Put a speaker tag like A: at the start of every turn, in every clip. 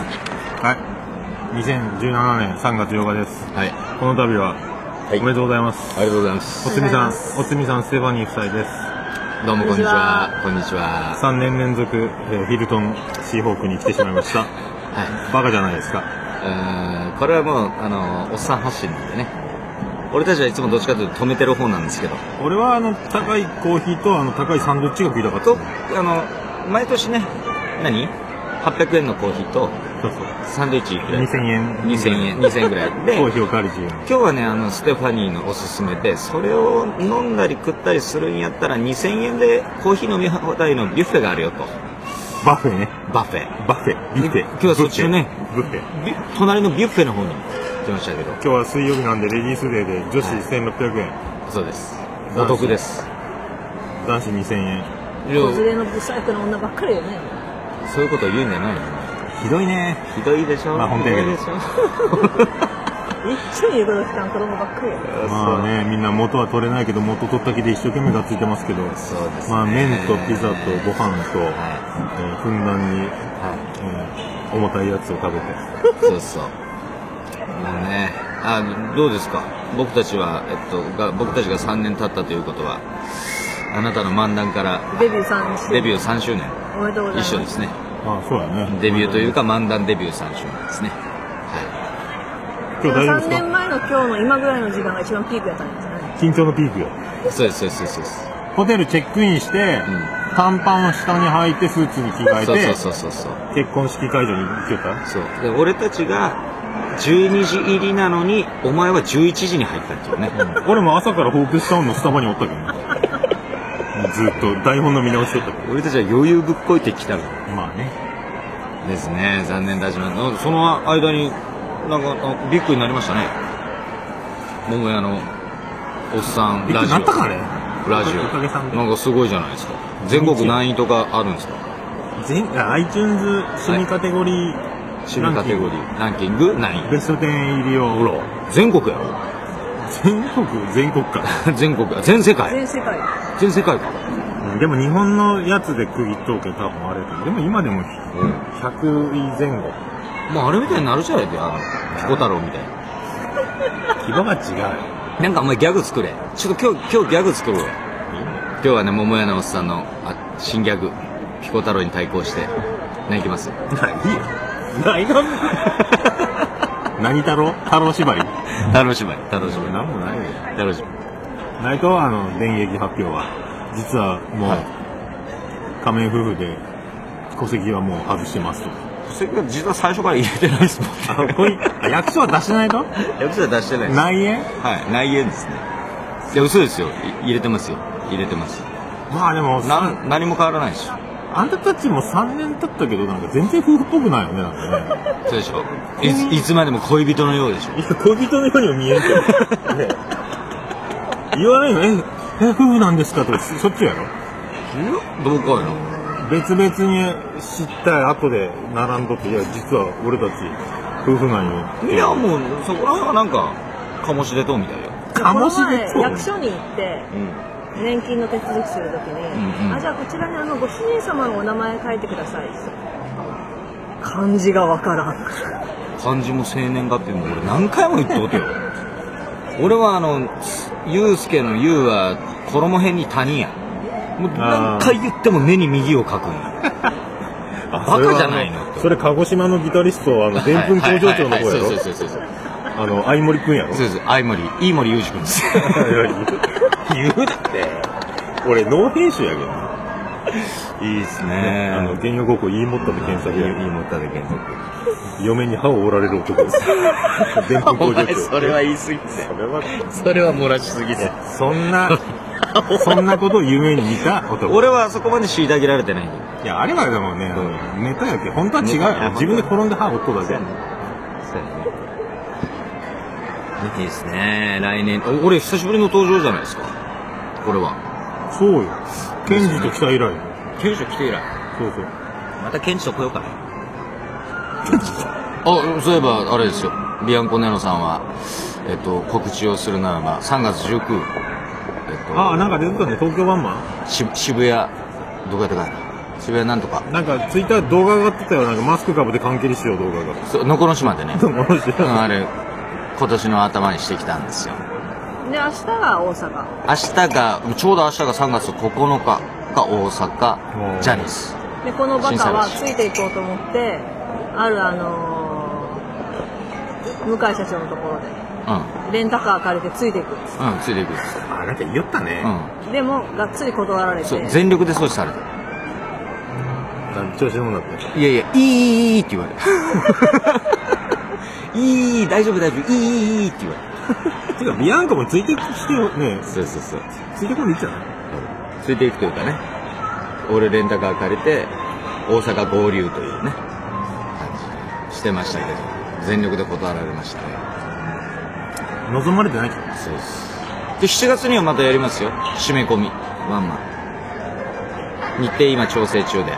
A: はい。2017年3月8日です。
B: はい。あ
A: この度は、
B: はい
A: おめでとうございます。
B: りがとうございま
A: お
B: す。
A: つみさん
C: おめでとうございます、
A: おつみさん、ステファニー夫妻です。
B: どうもこんにちは。こんにちは。
A: 3年連続、えーヒルトンシーホークに来てしまいました。
B: は
A: バカじゃないですか。
B: い。うーん、これはもう、あの、おっさん発信なんでね。俺たちはいつもどっちかというと止めてる方なんですけど。
A: 俺は、あの、高いコーヒーと、あの、高いサンドイッチが食いたかった。
B: と、あの、毎年ね、何 ?800 円のコーヒーと
A: そうそう。
B: サンドイッチいくらい
A: 2000円。
B: 2000円、2000円ぐらい。 で、
A: コー
B: 今
A: ヒーを借りて。
B: 日はね、あの、ステファニーのおすすめで、それを飲んだり食ったりするんやったら2000円でコーヒー飲み放題のビュッフェがあるよと。
A: バフェね。
B: バフェ。
A: バフェ。ビュッフェ。
B: 今日はそっちのね
A: ブッフェ。ブッフェ
B: ビュ隣のビュッフェの方に来ましたけど。
A: 今日は水曜日なんで、レディースデーで、女子1600円、
B: そうです
A: お
B: お
A: 得
B: 得
A: で
B: です
A: 男子2000円。
C: 子連れの不細工の女ばっかりよね。
B: そういうこと言うんじゃないの
A: ひどいね。
B: ひどいでしょ
A: まあ本当やけど
B: ひ どいでし
C: 一緒に言うこと聞かん子供ばっかりよ。
B: ょ
A: まあね、みんな元は取れないけど、元取った気で一生懸命がっついてますけど、
B: そうですね
A: まあ麺とピザとご飯と、
B: はい
A: えーふんだんに、
B: は
A: えー重たいやつを食べて。
B: いそうそうもうねあどうですか僕たちは、えっと、が僕たちが3年経ったということはあなたの漫談から
C: デビュー3周
B: デビュー3周年
C: おめでとうございま
B: 一
C: す。
B: 緒ですね
A: ああそうやね。
B: デビューという
A: か。
B: か漫談デビュー3周年ですねは
A: 今日大丈夫
C: 3
A: です
C: 年
A: か
C: 前の今日の今ぐらいの時間が一番ピークやったんですよね。
A: 緊張のピークよ。
B: いそうですそうですそうですそうです
A: ホテルチェックインして、
B: うん
A: 短パンを下に履いて、スーツに着替えて、
B: そうそうそうそうそう
A: 結婚式会場に行けた
B: そうで俺たちが12時入りなのにお前は11時に入ったっていうね
A: 俺も朝からホークスタウンのスタバにおったけどね、 ずっと台本の見直しとったけ
B: 俺たちは余裕ぶっこいてきたの
A: ど。まあね。
B: ですね残念だしまその間になんかあビッグになりましたね桃屋のおっさん
A: ビッ
B: ラ
A: グ
B: ジ
A: な
B: オ
A: ったかね
B: ラジ
A: おかげさん
B: オ
A: で
B: なんかすごいじゃないですか全国何位とかあるんですか
A: 全あ iTunes 趣味カテゴリー、
B: 趣味カテゴリーランキング何位
A: ベスト10入り
B: ほ
A: を
B: ら全国やろ
A: 全国全国か
B: 全国や全世界
C: 全世界。
B: 全世界か
A: うんでも日本のやつで区切っとうけど多分あれやけどでも今でも
B: うん
A: 100位前後
B: もうあれみたいになるじゃないかピコ太郎みたいな
A: 規模が違う
B: なんかお前ギャグ作れ。ちょっと今日、今日ギャグ作ろうよ。
A: よ
B: 今日はね、桃屋のおっさんの、あ、新ギャグ、ピコ太郎に対抗して、泣きます。
A: 何よ何が何太郎太郎縛り
B: 楽しみ、楽しみ、
A: 何もないよ
B: 楽しみ。
A: 内藤はあの電撃発表は実はもう、
B: はい
A: 仮面夫婦で戸籍はもう外してますとか
B: それが実は最初から入れてないですもん。
A: あこれあ役所は出してない と
B: 役者出して ないです。
A: 内縁
B: はい、内縁ですね。いや、嘘ですよ。い入れてますよ。入れてます。
A: まあでも
B: なん、何も変わらないでしょ。
A: あんたたちも3年経ったけど、なんか全然夫婦っぽくないよね、なんかね。
B: そうでしょいつ、いつまでも恋人のようでしょ。
A: いや、恋人のようにも見えんけど。ね言わないの、え、え、夫婦なんですかとか、ししょっちゅうやろ。
B: どうかよ。
A: 別々に知った後で並んどって、いや、実は俺たち、夫婦なんよ。
B: いや、もう、そこら辺はなんか、醸し出とうみたいよ。
A: かもしれ
C: こ
A: そ
C: の
A: う
C: 前役所に行って、
B: うん。
C: 年金の手続きするときに、
B: うんうん
C: あ、じゃあこちらにあのご主人様のお名前書いてください。漢字がわからん。
B: 漢字も生年月日も俺何回も言っておてよ俺はあのユうスケの「ユうは衣辺に谷やもう
A: あー
B: 何回言っても目に右を書くんや
A: あ
B: バカじゃないの
A: それはあそれ鹿児島のギタリスト、あの、でんぷん工場長の方やろ
B: そうそうそうそうそう
A: あの、相森くんやろ
B: そうそう相森飯森裕二君です
A: 言う だって。俺、ノー編集やけどね。
B: いいです
A: あの、原予高校言いもったで検索や。
B: もったで検索
A: 嫁に歯を折られる男 です。電波
B: お
A: 工場
B: 前
A: 長。
B: それは言い過ぎて
A: それは、
B: それは漏らしすぎて
A: そんな、 そんなことを夢に見た男。
B: 俺はあそこまで虐げられてないんだよ
A: いや、あれはでもね、
B: う
A: ネタやけど、本当は違う
B: ネタ
A: よ。
B: や
A: 自分で転んで歯を折っとるだけやね。
B: そうやねいいですね来年お俺久しぶりの登場じゃないですかこれは
A: そうよ。ケンジと来た以来。
B: 九州来て以来
A: そうそう。
B: またケンチと来ようかな あそういえばあれですよビアンコネロさんは、えっと、告知をするならば3月19、えっと、
A: ああ、なんか出てたね、東京ワンマン
B: し渋谷どこやったかな渋谷なんとか
A: なんかツイッター動画上がってたよなんかマスクかぶって関係にしよう動 画が
B: そうのこの島でね、
A: もろし
B: うんあれ今年の頭にしてきたんですよ
C: で明日が大阪
B: 明日がちょうど明日が3月9日が大阪
A: うん
B: ジャニーズ
C: でこのバカは
B: 震
C: ついていこうと思ってあるあのー向井社長のところで
B: う
C: レンタカー借りてついていくんです
B: んうんついていくんです
A: あなんか言いよったね、
B: う
C: でもがっつり断られ
B: ん
C: て
B: そう全力で阻止された
A: なんか調子のもんだって
B: いやいやいいいいいいって言われる いいいい大丈夫大丈夫いいいいいいって言われ
A: て
B: る
A: かビアンカもついてきてよね
B: そうそうそう
A: ついてこんでいいじゃない
B: ついていくというかね俺レンタカー借りて大阪合流というね感じしてましたけど全力で断られましたね
A: 望まれてないじゃん
B: そうですで7月にはまたやりますよ締め込みワンマン日程今調整中で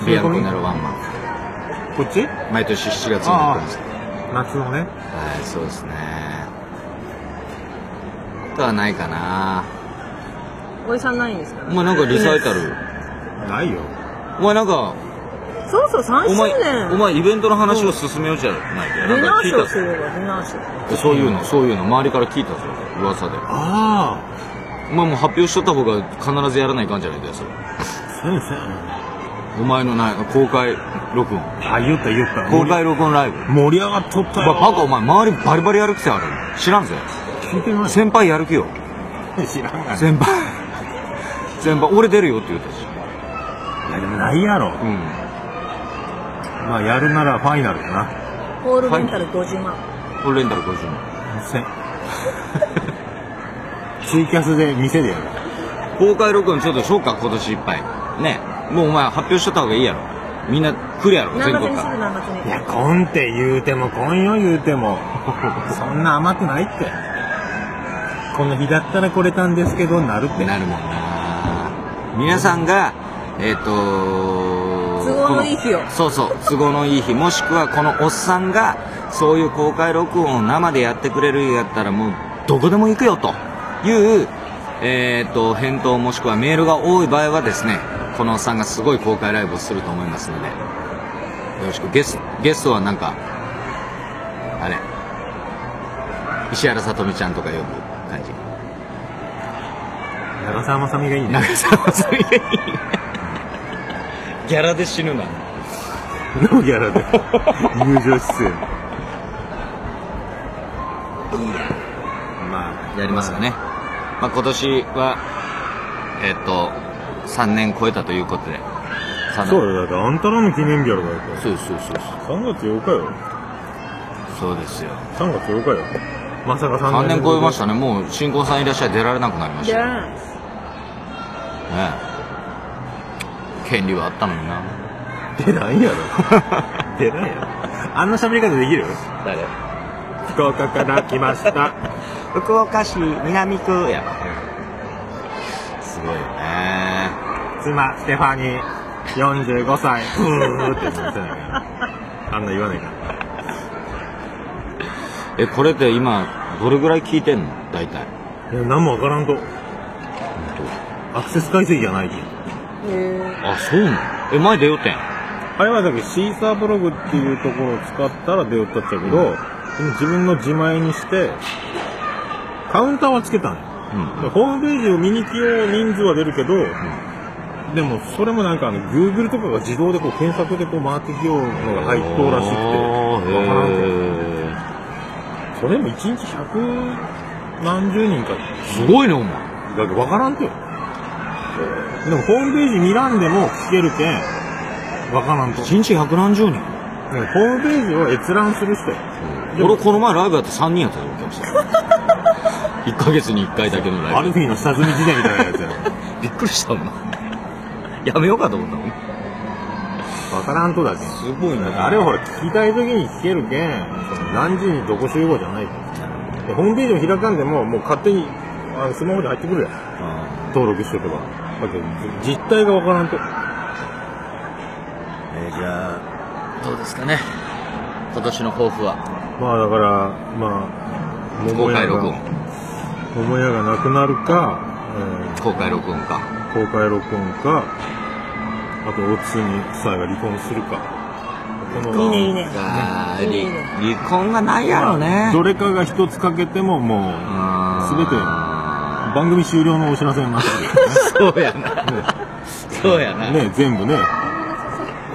A: 締
B: ビ
A: め
B: ア
A: 込
B: ン
A: み
B: コになるワンマン
A: こっち
B: 毎年7月にやってます
A: 夏のね
B: はいそうですねあとはないかな
C: おじさんないんですか
B: お
C: ら、
B: 前なんかリサイタル
A: ないよ
B: お前なんか
C: そうそう3
B: お前
C: 周年
B: お前イベントの話を進めようじゃないか
C: ディ
B: な
C: ナ
B: んか
C: ーシ
B: 聞
C: ョー
B: い
C: す
B: た
C: ればディナーショー
B: そういうのそういうの周りから聞いたぞ噂で
A: あ
B: お前もう発表しとった方が必ずやらないかんじゃないかよそれ
A: あ先生
B: お前のない公開録音
A: あ言った言った
B: 公開録音ライブ
A: 盛り上がっとった
B: バ
A: よ
B: バカお前周りバリバリやる癖ある知らんぜ
A: 聞いてみまし
B: 先輩やる気よ
A: た知らんがな
B: 先輩先輩俺出るよって言ったし
A: いやでもないやろ
B: うん
A: まあやるならファイナルだ
C: ホールレンタル50万、
B: 俺レンタル50万
A: な せツイキャスで店でやる
B: 公開録音ちょっとしようか今年いっぱいねもうお前発表しとった方がいいやろみんな来るやろ全
C: 何月
B: 国
C: に
B: か
C: する
B: ら
C: 何月に
A: いやこんって言うてもこんよ言うて もそんな甘くないってこの日だったら来れたんですけどなるって
B: なるもんな皆さんがえっ、と
C: 都合のいい日を
B: このそうそう都合のいい日もしくはこのおっさんがそういう公開録音を生でやってくれるやったらもうどこでも行くよというえっ、と返答もしくはメールが多い場合はですねこのおっさんがすごい公開ライブをすると思いますのでよろしくゲストゲストはなんかあれ石原さとみちゃんとか呼ぶ感じ
A: 長澤まさみがいいね
B: 長澤まさみがいいギャラで死ぬな
A: ノーギャラで 友情出演まあ
B: やりますかね、まあ、今年はえっ、と3年超えたということで3
A: そうだよだってあんたらの記念日やろだって
B: そうそうそう
A: 3月8日よ
B: そうですよ
A: 3月8日よまさか3
B: 3
A: 年
B: 年超えましたねもう新婚さんいらっしゃい出られなくなりまし
C: じ
B: たね
C: ゃあ
B: え権利はあったのにな
A: 出ないやろ出ないやろあんな喋り方できる
B: 誰
A: 福岡から来ました
B: 福岡市南区やすごいよね
A: 妻ステファニー45歳うーって言ってないからあんな言わないから
B: えこれって今どれぐらい聞いてんの大体
A: いや何もわからんとアクセス解析がないき
C: へ
B: あそうなのえ前出よってん
A: あれはだけどシーサーブログっていうところを使ったら出よったっちゃけど、自分の自前にしてカウンターはつけたんよ
B: うん
A: でホームページを見に来よう人数は出るけど、でもそれもなんかあの Google とかが自動でこう検索でこう回ってきようのが入っとうらしくて
B: あー
A: わからんけど
B: へ
A: それも1日100何十人か
B: ーすごいねお前
A: だけど分からんてよでもホームページ見らんでも聞けるけん分からんとホ
B: 1日百何十
A: ー
B: 人
A: ムページを閲覧する人よでも
B: 俺この前ライブやって3人やったよ お客さん1ヶ月に1回だけの
A: ア
B: ライ
A: ルフィーの下積み時代みたいなや つやろ
B: ブびっくりしたもんなやめようかと思ったもん
A: 分からんとだけん
B: すごいな
A: あれはほら聞きたい時に聞けるけん何時にどこ集合じゃないけんでホームページを開かんでももう勝手にあのスマホで入ってくるやん登録しとけばだけど実態が分からんと
B: えじゃあどうですかね今年の抱負は
A: まあだからまあ
B: 公開
A: が
B: 録音
A: 桃屋がなくなるか、
B: 公開録音か
A: 公開録音か、あと、大津に夫妻が離婚するか。この
C: いいねいいね
B: あー
C: いい
B: り
C: ね
B: 離婚がないやろね。
A: どれかが一つかけても、もう、
B: あ
A: すべて、番組終了のお知らせになってるよね。
B: ーそうやな。そうやな。
A: ね、全部ね。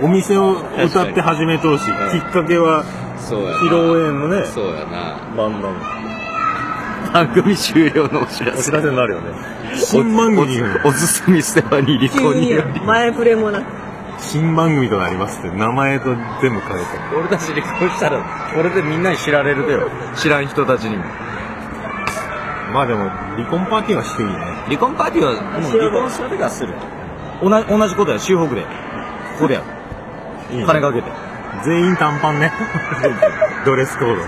A: お店を歌って始めてほしい。
B: 確か
A: き
B: に
A: っかけは、
B: そうやな。
A: 披露宴のね、
B: そうやな。
A: バンドの
B: 番組終了のお知ら
A: お知
B: せ。
A: らせになるよね。新番組が
B: おつすみステファニー離
C: 急
B: 婚に
C: に
B: より。
C: 前触れもなく
A: 新番組となりますって、名前と全部変えて。
B: 俺たち離婚したら、これでみんなに知られるだよ。知らん人たちにも。
A: まあでも、離婚パーティーはしていいね。
B: 離婚パーティーは、もう離婚するときはする。同じ、同じことや、州北で。ここでやる。
A: いいね
B: 金かけて。
A: 全員短パンね。ドレスコードね。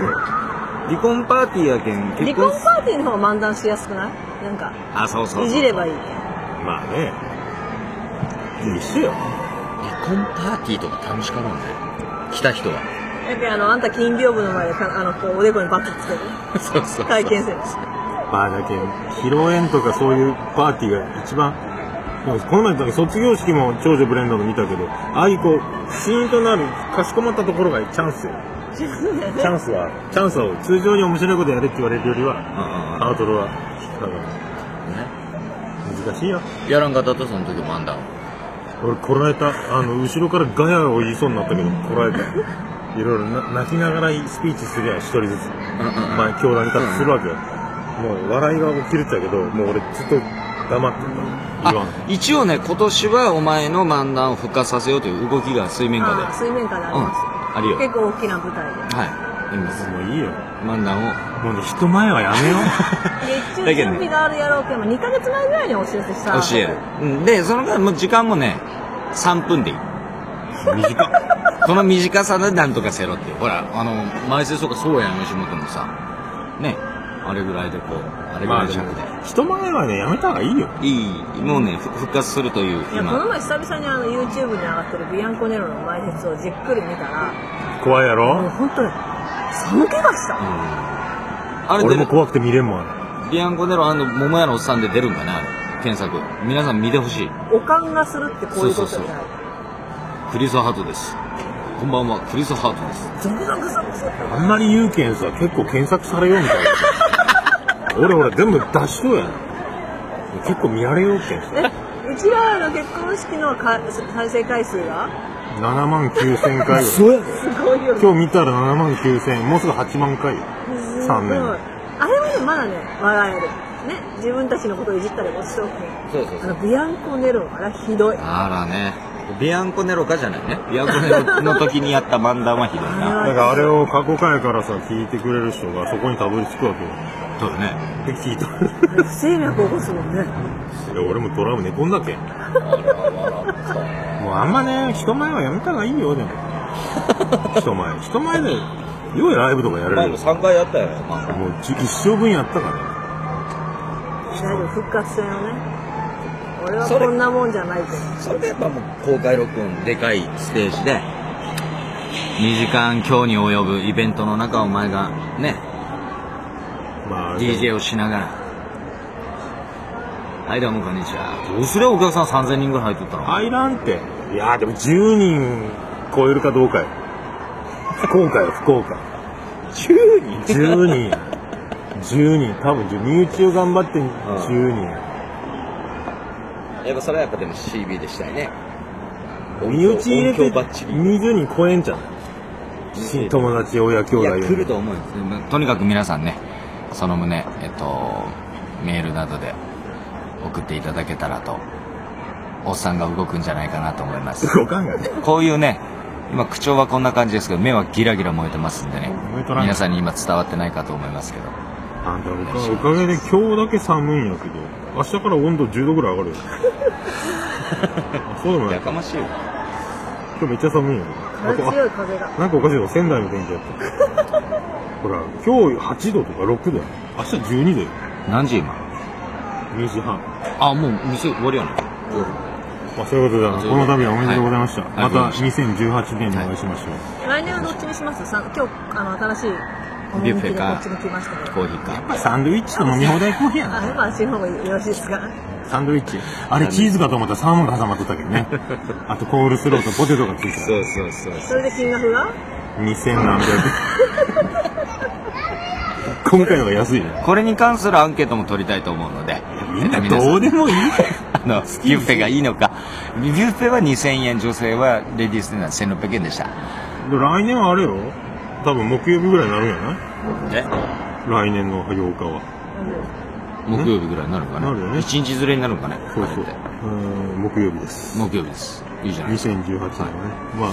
B: 離婚パーティーやけん、
C: 離
B: 結
C: 婚
B: 婚。
C: パーティーの方が漫談しやすくないなんか
B: あ、そうそうそう。
C: いじればいい
A: まあね。一緒よ。
B: 離婚パーティーとか楽しかろうね。来た人は。
C: だけどあのあんた金屏風の前でかあのこうおでこにバッとつける
B: そうそうそう
C: 体験する
A: まあだけど、披露宴とかそういうパーティーが一番、もうこの前だけ卒業式も長女ブレンダーの見たけど、ああいうこう、シーンとなる、かしこまったところがチャンスよ。チャンスは、チャンスを通常に面白いことやれって言われるよりは、
B: あ
A: ハードルは低かった。
B: あ
A: 難しいよ。
B: ね。やらんかったと、その時もあんだ。
A: 俺、こらえた、あの、後ろからガヤを言いそうになったけど、こらえた。いろいろな泣きながらスピーチすりゃ一人ずつ。
B: うんうん。
A: まあ、教団に立ってするわけよ。もう、笑いが起きるっちゃうけど、もう俺ずっと黙ってた。言わん。
B: あ一応ね今年はお前の漫談を復活させようという動きが水面下で
C: あ水面下であり
B: うん
C: ます、
B: あるよ
C: 結構大きな舞台で
B: はいいいんです
A: もういいよ。
B: 漫談を
A: もうね、人前はやめよ。
C: 月
B: だけ
C: 中
B: どね
C: 準備があるやろうけど、2ヶ月前ぐらいにお知らせした
B: 教えるうんでその間もう時間もね3分でいいう
A: 短っ。
B: この短さでなんとかせろっていうほらあの前説とかそうやん吉本もさねあれぐらいでこうあれぐ
A: ま
B: ら
A: あ
B: い
A: で
B: じゃ
A: も
B: なくて、
A: 人前はね、やめた方がいいよ。
B: いいもうねふ復活するという
C: いやこの
B: 今
C: 前久々にあの YouTube に上がってるビアンコネロの前説をじっくり見たら
A: 怖いや
C: もう
A: ろ
C: 本当に寒気がした
B: うんあれ
A: 俺
B: で
A: も怖くて見れんもんあ
B: ビアンコネロ桃屋のおっさんで出るんかなあれ検索皆さん見てほしい
C: おかんがするってこういうことじゃない
B: クリスハートです。こんばんは、クリスハートです。
C: ゾクゾクゾクゾク
A: れ。あんまり言うけんさ、結構検索されようみたいな。俺俺全部出しとうやん。結構見られようけんさ。
C: えうちらの結婚式のか再生回数が
A: 7万9千回ぐらい。
B: や
C: すごいよね
A: 今日見たら7万9千、もうすぐ8万回よ。
C: すご
A: 3
C: い
A: 年。
C: あれはねまだね笑えるね自分たちのことをいじったりもしとくけど
B: そうそう
C: あ
B: そう。
C: のビアンコネロあれはひどいあ
B: あらね。ビアンコネロかじゃないね。ビアンコネロの時にやった漫談はひどいな。
A: だからあれを過去回からさ、聞いてくれる人がそこにたどり着くわけよ。
B: そうだね。
A: で、聞いた。
C: れ不整脈起こすもんね
A: いや俺もドラム寝込んだけんもうあんまね人前はやめた方がいいよでも人前人前でよいライブとかやれるよ
B: 3回やったよ、ま
A: もうじ一生分やったから
C: 大丈夫復活戦をね俺は
B: それ
C: こんなもんじゃないと
B: あ。それでやっぱもう公開録音、でかいステージで、2時間今日に及ぶイベントの中、お前がね、
A: まあ
B: DJ をしながら。はい、どうもこんにちは。どうすりゃお客さん3000人ぐらい入っとったの
A: 入らんっていやーでも10人超えるかどうかよ福岡よ福岡
B: ?10
A: 10人や10人多分10身内を頑張って10人や
B: やっぱそれはやっぱでも CB でしたいね
A: 身内入れて
B: 音響バッチリ
A: 20人超えんじゃん親友達親兄
B: い
A: 弟
B: や
A: 呼んで
B: 来ると思うんですまあとにかく皆さんねその旨えっとメールなどで送っていただけたらとおっさんが動くんじゃないかなと思います
A: 動かんがね
B: こういうね今口調はこんな感じですけど目はギラギラ燃えてますんでね
A: 燃えとらん
B: 皆さんに今伝わってないかと思いますけど
A: あんたおかおかげで今日だけ寒いんやけど明日から温度10度ぐらい上がるよあそうでもない
B: やかましいよ
A: 今日めっちゃ寒いんやけ
C: 風
A: どあ
C: 強い風が
A: あなんかおかしいよ仙台の天気やった ほら今日8度とか6度や明日12度よ
B: 何時今
A: 2時半
B: あもう店終わりやな
A: まあそういうことだなこの度はおめでとうございました、
B: はい
A: ま
B: あ
A: た
B: り
A: 2018年にお会いしましょう、
C: 来年はどっちにしますさん今日あの新しい
B: ビュッフェ
C: でこ
B: か
C: っちに来ましたけど
B: コーヒーか
A: サンドイッチと飲み放題コーヒーや
C: あ、やっぱあっちの方がよろしいですか
A: サンドイッチあれチーズかと思ったらサーモンが挟まっとったけどねあとコールスローとポテトがついてた
B: そうそうそう
C: それで金額が
A: 2000何百今回のが安いね
B: これに関するアンケートも取りたいと思うので
A: みんな
B: 皆さ
A: どうでもいい
B: あのビュッフェがいいのかビュッフェは2000円女性はレディースディナー1600円でした
A: で来年はあれよ多分木曜日ぐらいになるんやな
B: え
A: い来年の8日は
B: 木曜日ぐらいになるのかな
A: なるよね
B: 1日ずれになるのかね
A: そうそう
B: あれって
A: うん木曜日です
B: 木曜日ですいいじゃないですか
A: 2018年はね、ま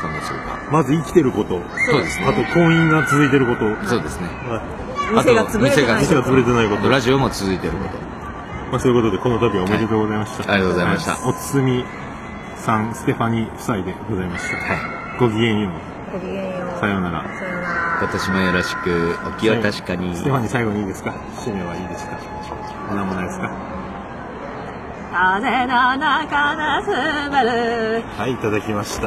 B: 参加するか
A: あ、まず生きてること
B: そうですね
A: あと婚姻が続いてること
B: そうですね
A: はい
C: 店が潰れてな
B: あ
C: い
B: と
A: 店が潰れてないこ
B: あと
A: と、ま
B: ラジオも続いてること
A: あ、そういうことでこの度はおめでとうございました、
B: はいありがとうございました
A: はいおつみさんステファニー夫妻でございました、
B: は
A: ごきげんよ
C: ごきげんよ
A: う
C: う
A: さようなら
C: さようなら
B: 今年もよろしくお気を確かに
A: ステファニー最後にいいですか締めはいいですか何もないですか
C: 風の中で滑る
A: はいいただきました